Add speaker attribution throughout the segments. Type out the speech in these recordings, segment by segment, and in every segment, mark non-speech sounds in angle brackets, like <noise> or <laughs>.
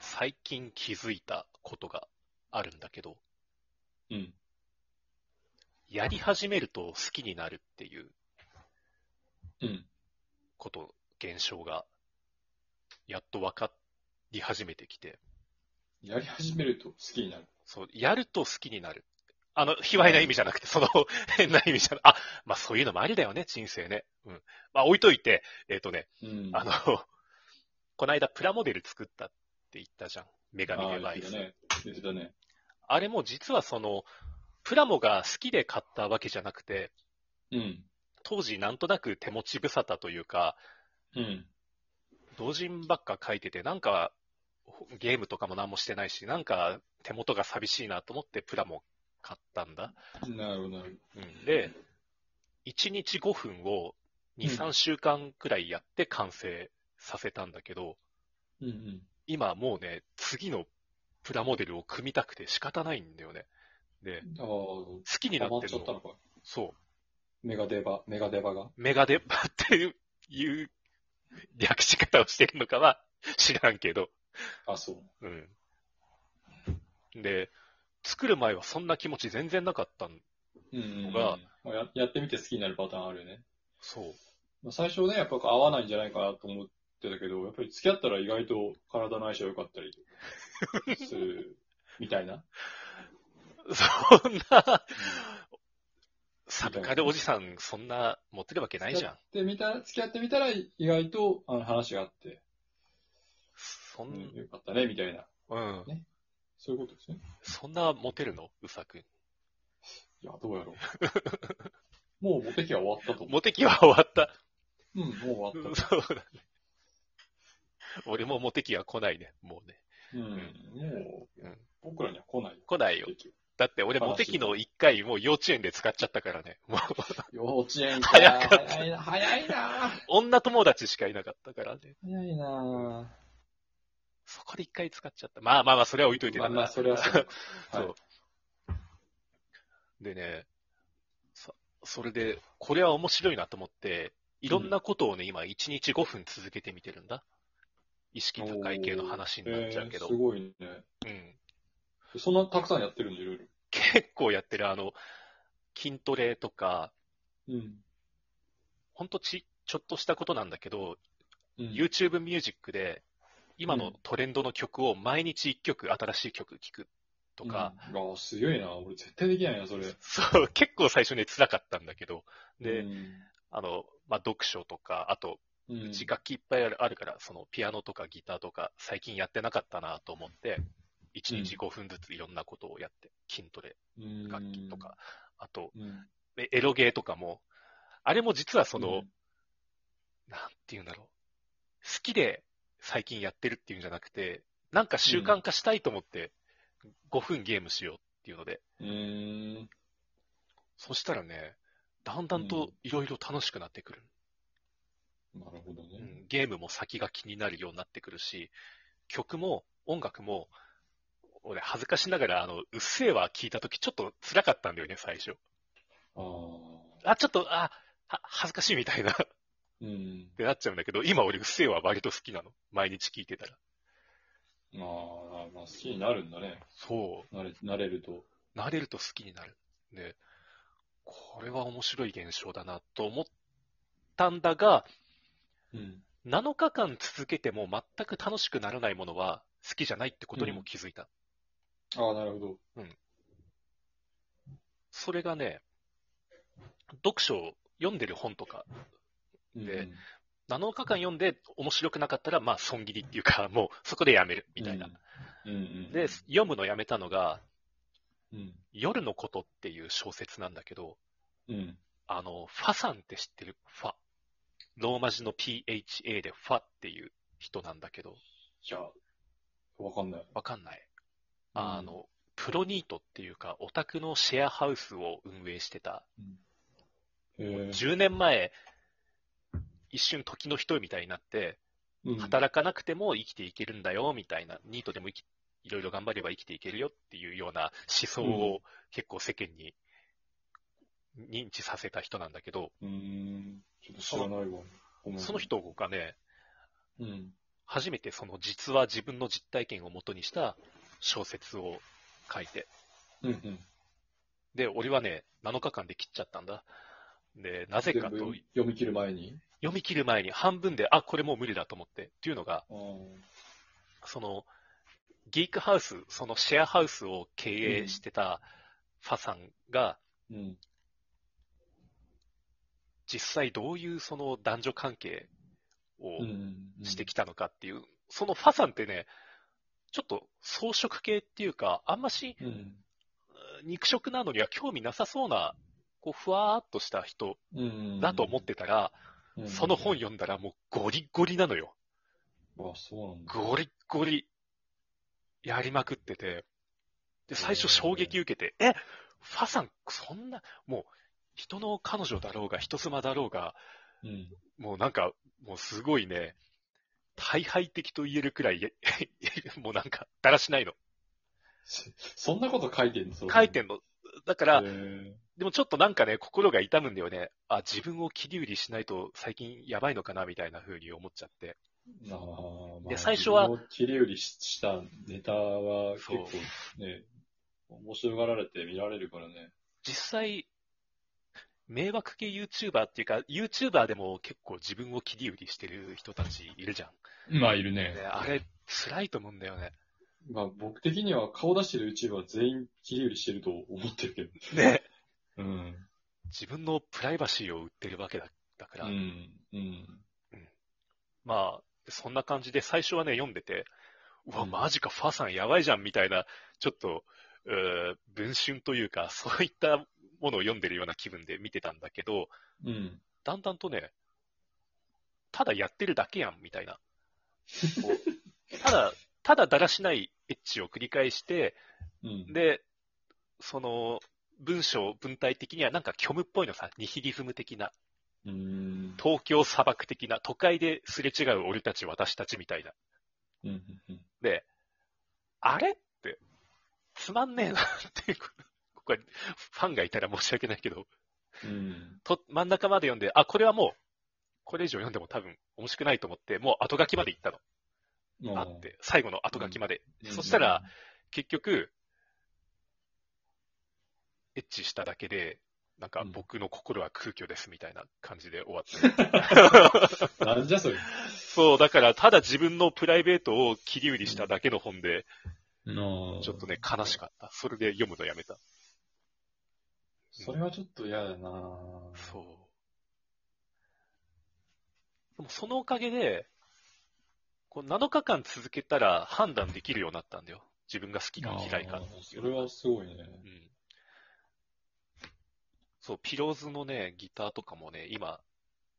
Speaker 1: 最近気づいたことがあるんだけど、
Speaker 2: うん。
Speaker 1: やり始めると好きになるっていう
Speaker 2: うん。
Speaker 1: こと、現象が、やっと分かり始めてきて、
Speaker 2: やり始めると好きになる。
Speaker 1: そう、やると好きになる。あの、卑猥な意味じゃなくて、その変な意味じゃなあ、まあそういうのもありだよね、人生ね。うん。まあ置いといて、えっ、とね、
Speaker 2: うん。
Speaker 1: あの、こないだプラモデル作ったって言ったじゃん。女神デ
Speaker 2: あ
Speaker 1: バ
Speaker 2: あ、
Speaker 1: イ
Speaker 2: 言って
Speaker 1: ス。
Speaker 2: たね。言ってたね。
Speaker 1: あれも実はその、プラモが好きで買ったわけじゃなくて、
Speaker 2: うん。
Speaker 1: 当時なんとなく手持ち無沙汰というか、
Speaker 2: うん。
Speaker 1: 同人ばっか書いてて、なんか、ゲームとかも何もしてないし、なんか手元が寂しいなと思ってプラモ買ったんだ。
Speaker 2: なるほど、なる
Speaker 1: うん、で、1日5分を2、
Speaker 2: うん
Speaker 1: 3週間くらいやって完成させたんだけど、
Speaker 2: ほど。うん
Speaker 1: 今もうね、次のプラモデルを組みたくて仕方ないんだよね。で、
Speaker 2: うん。ああ、ハ
Speaker 1: 好きにな
Speaker 2: マ
Speaker 1: っ
Speaker 2: ってちゃ
Speaker 1: る
Speaker 2: った
Speaker 1: の。
Speaker 2: のか。
Speaker 1: そう。
Speaker 2: メガデバ、メガデバが。
Speaker 1: メガデバっていう、いう略し方をしてるのかは知らんけど。
Speaker 2: あ、そう。
Speaker 1: うん。で、作る前はそんな気持ち全然なかったん。
Speaker 2: うん、うん。
Speaker 1: が
Speaker 2: まあや、やってみて好きになるパターンあるよね。
Speaker 1: そう。
Speaker 2: まあ、最初ね、やっぱ合わないんじゃないかなと思ってたけど、やっぱり付き合ったら意外と体の相性良かったりするみたいな。
Speaker 1: そんな、サブカルおじさん、そんな持ってるわけないじゃん。
Speaker 2: で、見た、付き合ってみたら意外とあの話があって、
Speaker 1: そ、
Speaker 2: うんん、よかったね、みたいな。
Speaker 1: うん。
Speaker 2: そういうことですね。
Speaker 1: そんなモテるのうさくん。
Speaker 2: いや、どうやろ <laughs> う。もうモテ期は終わったと思
Speaker 1: モテ期は終わった。
Speaker 2: う。うん、もう終わ
Speaker 1: う
Speaker 2: っ
Speaker 1: ん
Speaker 2: た。
Speaker 1: そうだね。俺もモテ期は来ないね、もうね。
Speaker 2: うん、もう、
Speaker 1: うん
Speaker 2: 僕らには来ないよ。
Speaker 1: 来ないよ。
Speaker 2: モテ期
Speaker 1: だって俺、モテ期の一回、もう幼稚園で使っちゃったからね。 <laughs> もう、
Speaker 2: 幼稚園か。
Speaker 1: 早かった
Speaker 2: 早いな、早いな。
Speaker 1: 女友達しかいなかったからね。
Speaker 2: 早いな。
Speaker 1: そこで一回使っちゃった。まあまあまあ、それは置いといて
Speaker 2: まあまあ、それはそう。はい
Speaker 1: そう。でね、そそれで、これは面白いなと思って、いろんなことをね、今、1日5分続けてみてるんだ。意識高い系の話になっちゃうけど
Speaker 2: えー。すごいね。
Speaker 1: うん。
Speaker 2: そんなたくさんやってるんで、いろいろ。
Speaker 1: 結構やってる、あの、筋トレとか、
Speaker 2: うん。
Speaker 1: ほんとち、ちょっとしたことなんだけど、
Speaker 2: うん、
Speaker 1: YouTube ミュージックで、今
Speaker 2: う
Speaker 1: の
Speaker 2: ん
Speaker 1: トレンドの曲を毎日1曲、新しい曲聴くとか、
Speaker 2: うん。ああ、すごいな。俺絶対できないな、それ。
Speaker 1: <laughs> そう、結構最初ね、辛かったんだけど、で、
Speaker 2: うん、
Speaker 1: あの、まあ、読書とか、あと、
Speaker 2: うん
Speaker 1: うち楽器いっぱいあるあるから、そのピアノとかギターとか、最近やってなかったなと思って、1日5分ずついろんなことをやって、筋トレ、楽器とか、あと、
Speaker 2: うん。うん。
Speaker 1: えエロゲーとかも、あれも実はその、
Speaker 2: うん、
Speaker 1: なんていうんだろう。好きで最近やってるっていうんじゃなくて、なんか習慣化したいと思って、5分ゲームしようっていうので、
Speaker 2: うーん。
Speaker 1: そしたらね、だんだんといろいろ楽しくなってくる、
Speaker 2: なるほど
Speaker 1: う
Speaker 2: ね。
Speaker 1: ん。ゲームも先が気になるようになってくるし、曲も音楽も、俺恥ずかしながら、あの、うっせぇわ聞いたときちょっと辛かったんだよね、最初。
Speaker 2: ああ。
Speaker 1: あ、ちょっと、あ、は恥ずかしいみたいな <laughs> っ
Speaker 2: うん。
Speaker 1: てなっちゃうんだけど、今俺うっせぇわ割と好きなの。毎日聞いてたら。
Speaker 2: まあ、まあ、好きになるんだね。
Speaker 1: そう。
Speaker 2: なれなれると。
Speaker 1: 慣れると好きになる。で、これは面白い現象だなと思ったんだが、
Speaker 2: うん。
Speaker 1: 7日間続けても全く楽しくならないものは好きじゃないってことにも気づいた。
Speaker 2: ああ、なるほど。
Speaker 1: それがね、読書を読んでる本とか、
Speaker 2: うん
Speaker 1: で7日間読んで面白くなかったら、まあ、損切りっていうか、 <laughs> もうそこでやめるみたいな。。
Speaker 2: うん。うんうん、
Speaker 1: で、読むのやめたのが、
Speaker 2: うん。
Speaker 1: 夜のことっていう小説なんだけど、
Speaker 2: うん。
Speaker 1: あの、ファさんって知ってるファ。ローマ字の PHA でファっていう人なんだけど、
Speaker 2: いや、わかんない。
Speaker 1: わかんない。あの、プロニートっていうか、オタクのシェアハウスを運営してた。
Speaker 2: へー、
Speaker 1: 10年前、一瞬時の人みたいになって、
Speaker 2: うん
Speaker 1: 働かなくても生きていけるんだよ、みたいな、ニートでも生き、いろいろ頑張れば生きていけるよっていうような思想
Speaker 2: う
Speaker 1: を結構世間に認知させた人なんだけど、
Speaker 2: うーん。ちょっと知らないわ。ごめん
Speaker 1: その。人がね、
Speaker 2: うん。
Speaker 1: 初めてその実は自分の実体験を元にした小説を書いて。
Speaker 2: うんうん。
Speaker 1: で、俺はね、7日間で切っちゃったんだ。で、なぜ
Speaker 2: 全
Speaker 1: か
Speaker 2: 部
Speaker 1: と、
Speaker 2: 読
Speaker 1: 読
Speaker 2: み切る前に。
Speaker 1: み切る前に半分で、あ、これもう無理だと思って。っていうのが、
Speaker 2: あー
Speaker 1: その、ギークハウス、そのシェアハウスを経営してたファさんが、
Speaker 2: うん。
Speaker 1: 実際どういうその男女関係を
Speaker 2: うんうんうん。
Speaker 1: してきたのかっていう、そのファさんってね、ちょっと草食系っていうか、あんまし
Speaker 2: うん。
Speaker 1: 肉食なのには興味なさそうな、こう、ふわーっとした人
Speaker 2: うん。
Speaker 1: だと思ってたら、
Speaker 2: うん
Speaker 1: その本。読んだらもうゴリゴリなのよ。
Speaker 2: あ、そうなんだ。
Speaker 1: ゴリゴリ、やりまくってて、で、最初衝撃受けて、え、ファさん、そんな、もう、人の彼女だろうが、人妻だろうが、
Speaker 2: うん。
Speaker 1: もうなんか、もうすごいね、大敗的と言えるくらい、 <laughs> えもうなんか、だらしないの。
Speaker 2: そそんなこと書いてんのそ
Speaker 1: 書いて
Speaker 2: ん
Speaker 1: んの。だか
Speaker 2: だ。
Speaker 1: ら、
Speaker 2: へ
Speaker 1: でもちょっとなんかね、心が痛むんだよね。あ、自分を切り売りしないと最近やばいのかな、みたいな風に思っちゃって。
Speaker 2: ーあーまあ
Speaker 1: で最初は。
Speaker 2: 自分を切り売りししたネタは結構
Speaker 1: そ
Speaker 2: ね、面白がられて見られるからね。
Speaker 1: 実際、迷惑系 YouTuber っていうか、YouTuber でも結構自分を切り売りしてる人たちいるじゃ
Speaker 2: まあ、いる
Speaker 1: ん。
Speaker 2: ね
Speaker 1: ねあれ、辛いと思うんだよね。
Speaker 2: まあ、僕的には顔出してる YouTuber は全員切り売りしてると思ってるけど。
Speaker 1: ね。
Speaker 2: うん。
Speaker 1: 自分のプライバシーを売ってるわけだだか
Speaker 2: う
Speaker 1: ら、
Speaker 2: ん。うん。
Speaker 1: まあ、そんな感じで最初はね、読んでて、うわ、
Speaker 2: うん
Speaker 1: マジか、ファさんやばいじゃん、みたいな、ちょっと、うー文春というか、そういったものを読んでるような気分で見てたんだけど、
Speaker 2: うん。
Speaker 1: だんだんとね、ただやってるだけやん、みたい
Speaker 2: <laughs>
Speaker 1: な。こうただ、ただだらしないエッチを繰り返して、
Speaker 2: うん。
Speaker 1: で、その、文章、文体的にはなんか虚無っぽいのさ、ニヒリズム的な、
Speaker 2: うん。
Speaker 1: 東京砂漠的な、都会ですれ違う俺たち、私たちみたいな。
Speaker 2: うん。
Speaker 1: で、あれって、つまんねえなっていう、ここはファンがいたら申し訳ないけど、
Speaker 2: うん。
Speaker 1: と真ん中まで読んで、あ、これはもう、これ以上読んでも多分面白くないと思って、もう後書きまで行ったの。
Speaker 2: ま
Speaker 1: あって、最後の後書きまで。
Speaker 2: うん
Speaker 1: そしたら、結局、エッチしただけで、なんか
Speaker 2: うん
Speaker 1: 僕の心は空虚ですみたいな感じで終わって。 <laughs>
Speaker 2: なんじゃそれ。
Speaker 1: そう、だからただ自分のプライベートを切り売りしただけの本で、
Speaker 2: の
Speaker 1: ちょっとね、悲しかった。それで読むのやめた。
Speaker 2: それはちょっと嫌だな
Speaker 1: そう。でもそのおかげで、こう7日間続けたら判断できるようになったんだよ。自分が好きか嫌いか
Speaker 2: あ
Speaker 1: って
Speaker 2: ー
Speaker 1: いう
Speaker 2: それはすごいね。
Speaker 1: うん。そう、ピローズのね、ギターとかもね、今、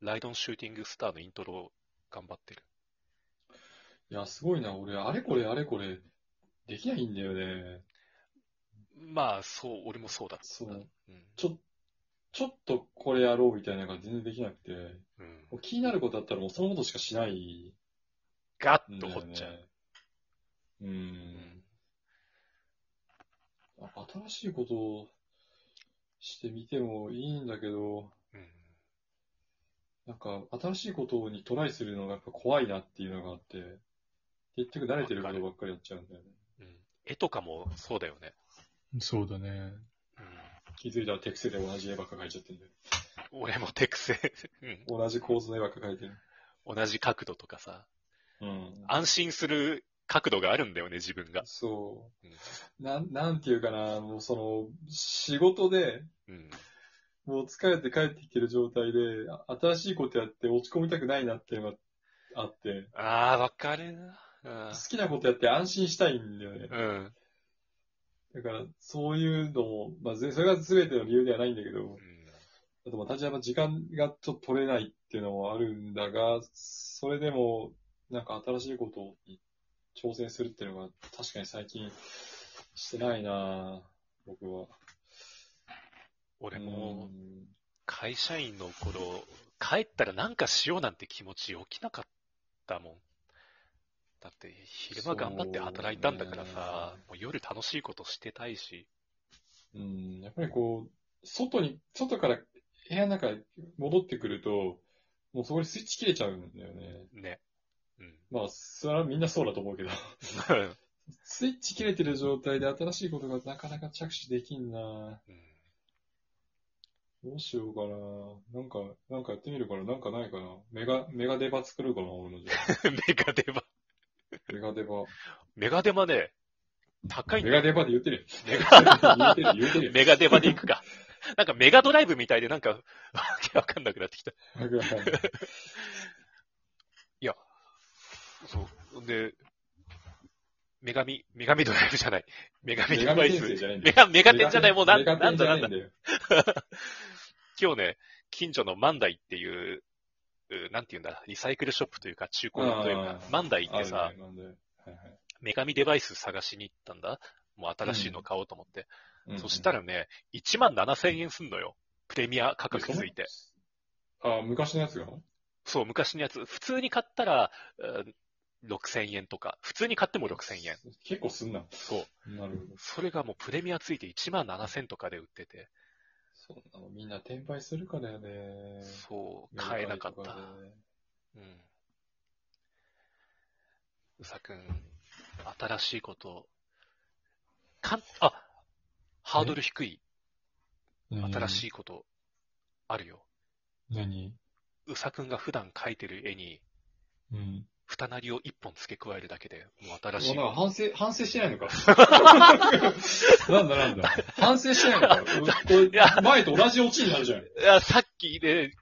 Speaker 1: ライドンシューティングスターのイントロを頑張ってる。
Speaker 2: いや、すごいな。俺、あれこれあれこれ、できないんだよね。
Speaker 1: まあ、そう、俺もそうだ。
Speaker 2: そう。
Speaker 1: うん。
Speaker 2: ちょ、ちょっとこれやろうみたいなのが全然できなくて、
Speaker 1: うん
Speaker 2: もう気になることあったらもうそのことしかしない
Speaker 1: ガッ
Speaker 2: ん
Speaker 1: と
Speaker 2: だ
Speaker 1: 掘
Speaker 2: よ
Speaker 1: っ
Speaker 2: ね
Speaker 1: ちゃう。。う
Speaker 2: う。
Speaker 1: んん。
Speaker 2: あ新しいことをしてみてもいいんだけど、
Speaker 1: うん。
Speaker 2: なんか、新しいことにトライするのがやっぱ怖いなっていうのがあって、結局慣れてることばっかりやっちゃうんだよね。
Speaker 1: うん絵とかもそうだよね。
Speaker 2: そうだね。
Speaker 1: うん
Speaker 2: 気づいたら手癖で同じ絵ばっか描いちゃってんだよ。
Speaker 1: 俺も手癖。うん
Speaker 2: 同じ構図の絵ばっか描いてる。
Speaker 1: 同じ角度とかさ、
Speaker 2: うん。
Speaker 1: 安心する角度があるんだよね、自分が。
Speaker 2: そうう。なん、なんていうかな、もうその、仕事で、
Speaker 1: ん。うん
Speaker 2: もう疲れて帰ってきてる状態で、あ新しいことやって落ち込みたくないなっていうのがあって、
Speaker 1: ああ、わかるな
Speaker 2: 好。きなことやって安心したいんだよね
Speaker 1: う。ん。
Speaker 2: だから、そういうのも、まあ、ぜそれが全ての理由ではないんだけど
Speaker 1: う、ん。
Speaker 2: あとまあ、立ち山時間がちょっと取れないっていうのもあるんだが、それでも、なんか新しいことに挑戦するっていうのが、確かに最近してないなぁ僕は。
Speaker 1: 俺も
Speaker 2: う、ん
Speaker 1: 会社員の頃、帰ったらなんかしようなんて気持ち起きなかったもん。だって、昼間頑張って働いたんだからさ
Speaker 2: そう、ね
Speaker 1: もう夜楽しいことしてたいし、
Speaker 2: うん、やっぱりこう、外に、外から部屋の中に戻ってくると、もうそこにスイッチ切れちゃうんだよね。 <laughs>
Speaker 1: ね。うん。
Speaker 2: まあ、それはみんなそうだと思うけど、 <laughs> スイッチ切れてる状態で新しいことがなかなか着手できんな
Speaker 1: うん <laughs>
Speaker 2: どうしようかななんか、なんかやってみるから、なんかないかなメガ、メガデバ作るかな俺のじ
Speaker 1: <laughs>
Speaker 2: ゃあ
Speaker 1: メガデバ。
Speaker 2: メガデバ。
Speaker 1: メガデバね、高いん
Speaker 2: メ
Speaker 1: だ
Speaker 2: ガ
Speaker 1: よ。
Speaker 2: デバで言って
Speaker 1: <laughs>
Speaker 2: るよ。
Speaker 1: メ
Speaker 2: 言ってる、言ってるよ。
Speaker 1: メガデバで行くか。なんかメガドライブみたいでなんか、わけわかんなくなってきた。
Speaker 2: わけわかんない
Speaker 1: そう。で、女神、女神ドライブじゃない。女神デ
Speaker 2: 女
Speaker 1: バ
Speaker 2: 神
Speaker 1: イ
Speaker 2: 転
Speaker 1: ス。
Speaker 2: 生じゃないんだ
Speaker 1: メ
Speaker 2: よ。
Speaker 1: ガ、メガテンじゃない、もうなん
Speaker 2: メガ
Speaker 1: な
Speaker 2: テ
Speaker 1: ん
Speaker 2: ンじ
Speaker 1: だ
Speaker 2: ゃ
Speaker 1: なだ
Speaker 2: なんいん。だよ。
Speaker 1: 今日ね、近所のマンダイっていう、うなんて言うんだ、リサイクルショップというか、中古屋というか
Speaker 2: あ、ー
Speaker 1: マンダイ行って
Speaker 2: あ
Speaker 1: さ
Speaker 2: る、ねなんで。はいはい
Speaker 1: 女神デバイス探しに行ったんだ。もう新しいの買おうと思って。
Speaker 2: うんうん
Speaker 1: そしたらね、1万7千円すんのよ。プレミア価格ついて。。
Speaker 2: あ、昔のやつが
Speaker 1: そう、昔のやつ。普通に買ったら、うん6000円とか。普通に買っても6000円。。
Speaker 2: 結構すんな。
Speaker 1: そう。
Speaker 2: なるほど。
Speaker 1: それがもうプレミアついて1万7000とかで売ってて。
Speaker 2: そうなの。みんな転売するかだよね。
Speaker 1: そう、買えなかっ
Speaker 2: メ
Speaker 1: た
Speaker 2: ルカリ。とかでね
Speaker 1: うん。うさくん、新しいこと、かん、あ、ハードル低い、新し
Speaker 2: い。
Speaker 1: いこと、あるよ。
Speaker 2: 何
Speaker 1: うさくんが普段描いてる絵に、
Speaker 2: うん。
Speaker 1: 二なりを一本付け加えるだけで、もう
Speaker 2: も
Speaker 1: 新し
Speaker 2: う
Speaker 1: い
Speaker 2: なんか
Speaker 1: こ
Speaker 2: 反省、反省してないのか。 <laughs> なんだなんだ。反省してないのか。これ
Speaker 1: いや、
Speaker 2: 前と同じオチになるじゃん。
Speaker 1: と。いや、さっきで、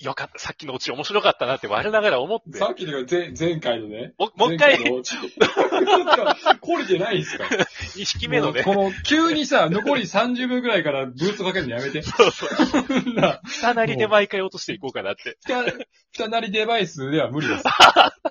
Speaker 1: よかった、さっきのうち面白かったなって我ながら思って、
Speaker 2: さっきの前前回のね。
Speaker 1: ももう一回、 <laughs>
Speaker 2: 前のオチ。 <laughs> 懲りてないんすか
Speaker 1: 2匹目のね、
Speaker 2: もうこの、急にさ、残り30秒ぐらいからブーツかけるのやめて。
Speaker 1: そうそう、
Speaker 2: な、 <laughs>
Speaker 1: 二なりで毎回落としていこうかなって。
Speaker 2: ふた、ふたなりデバイスでは無理です。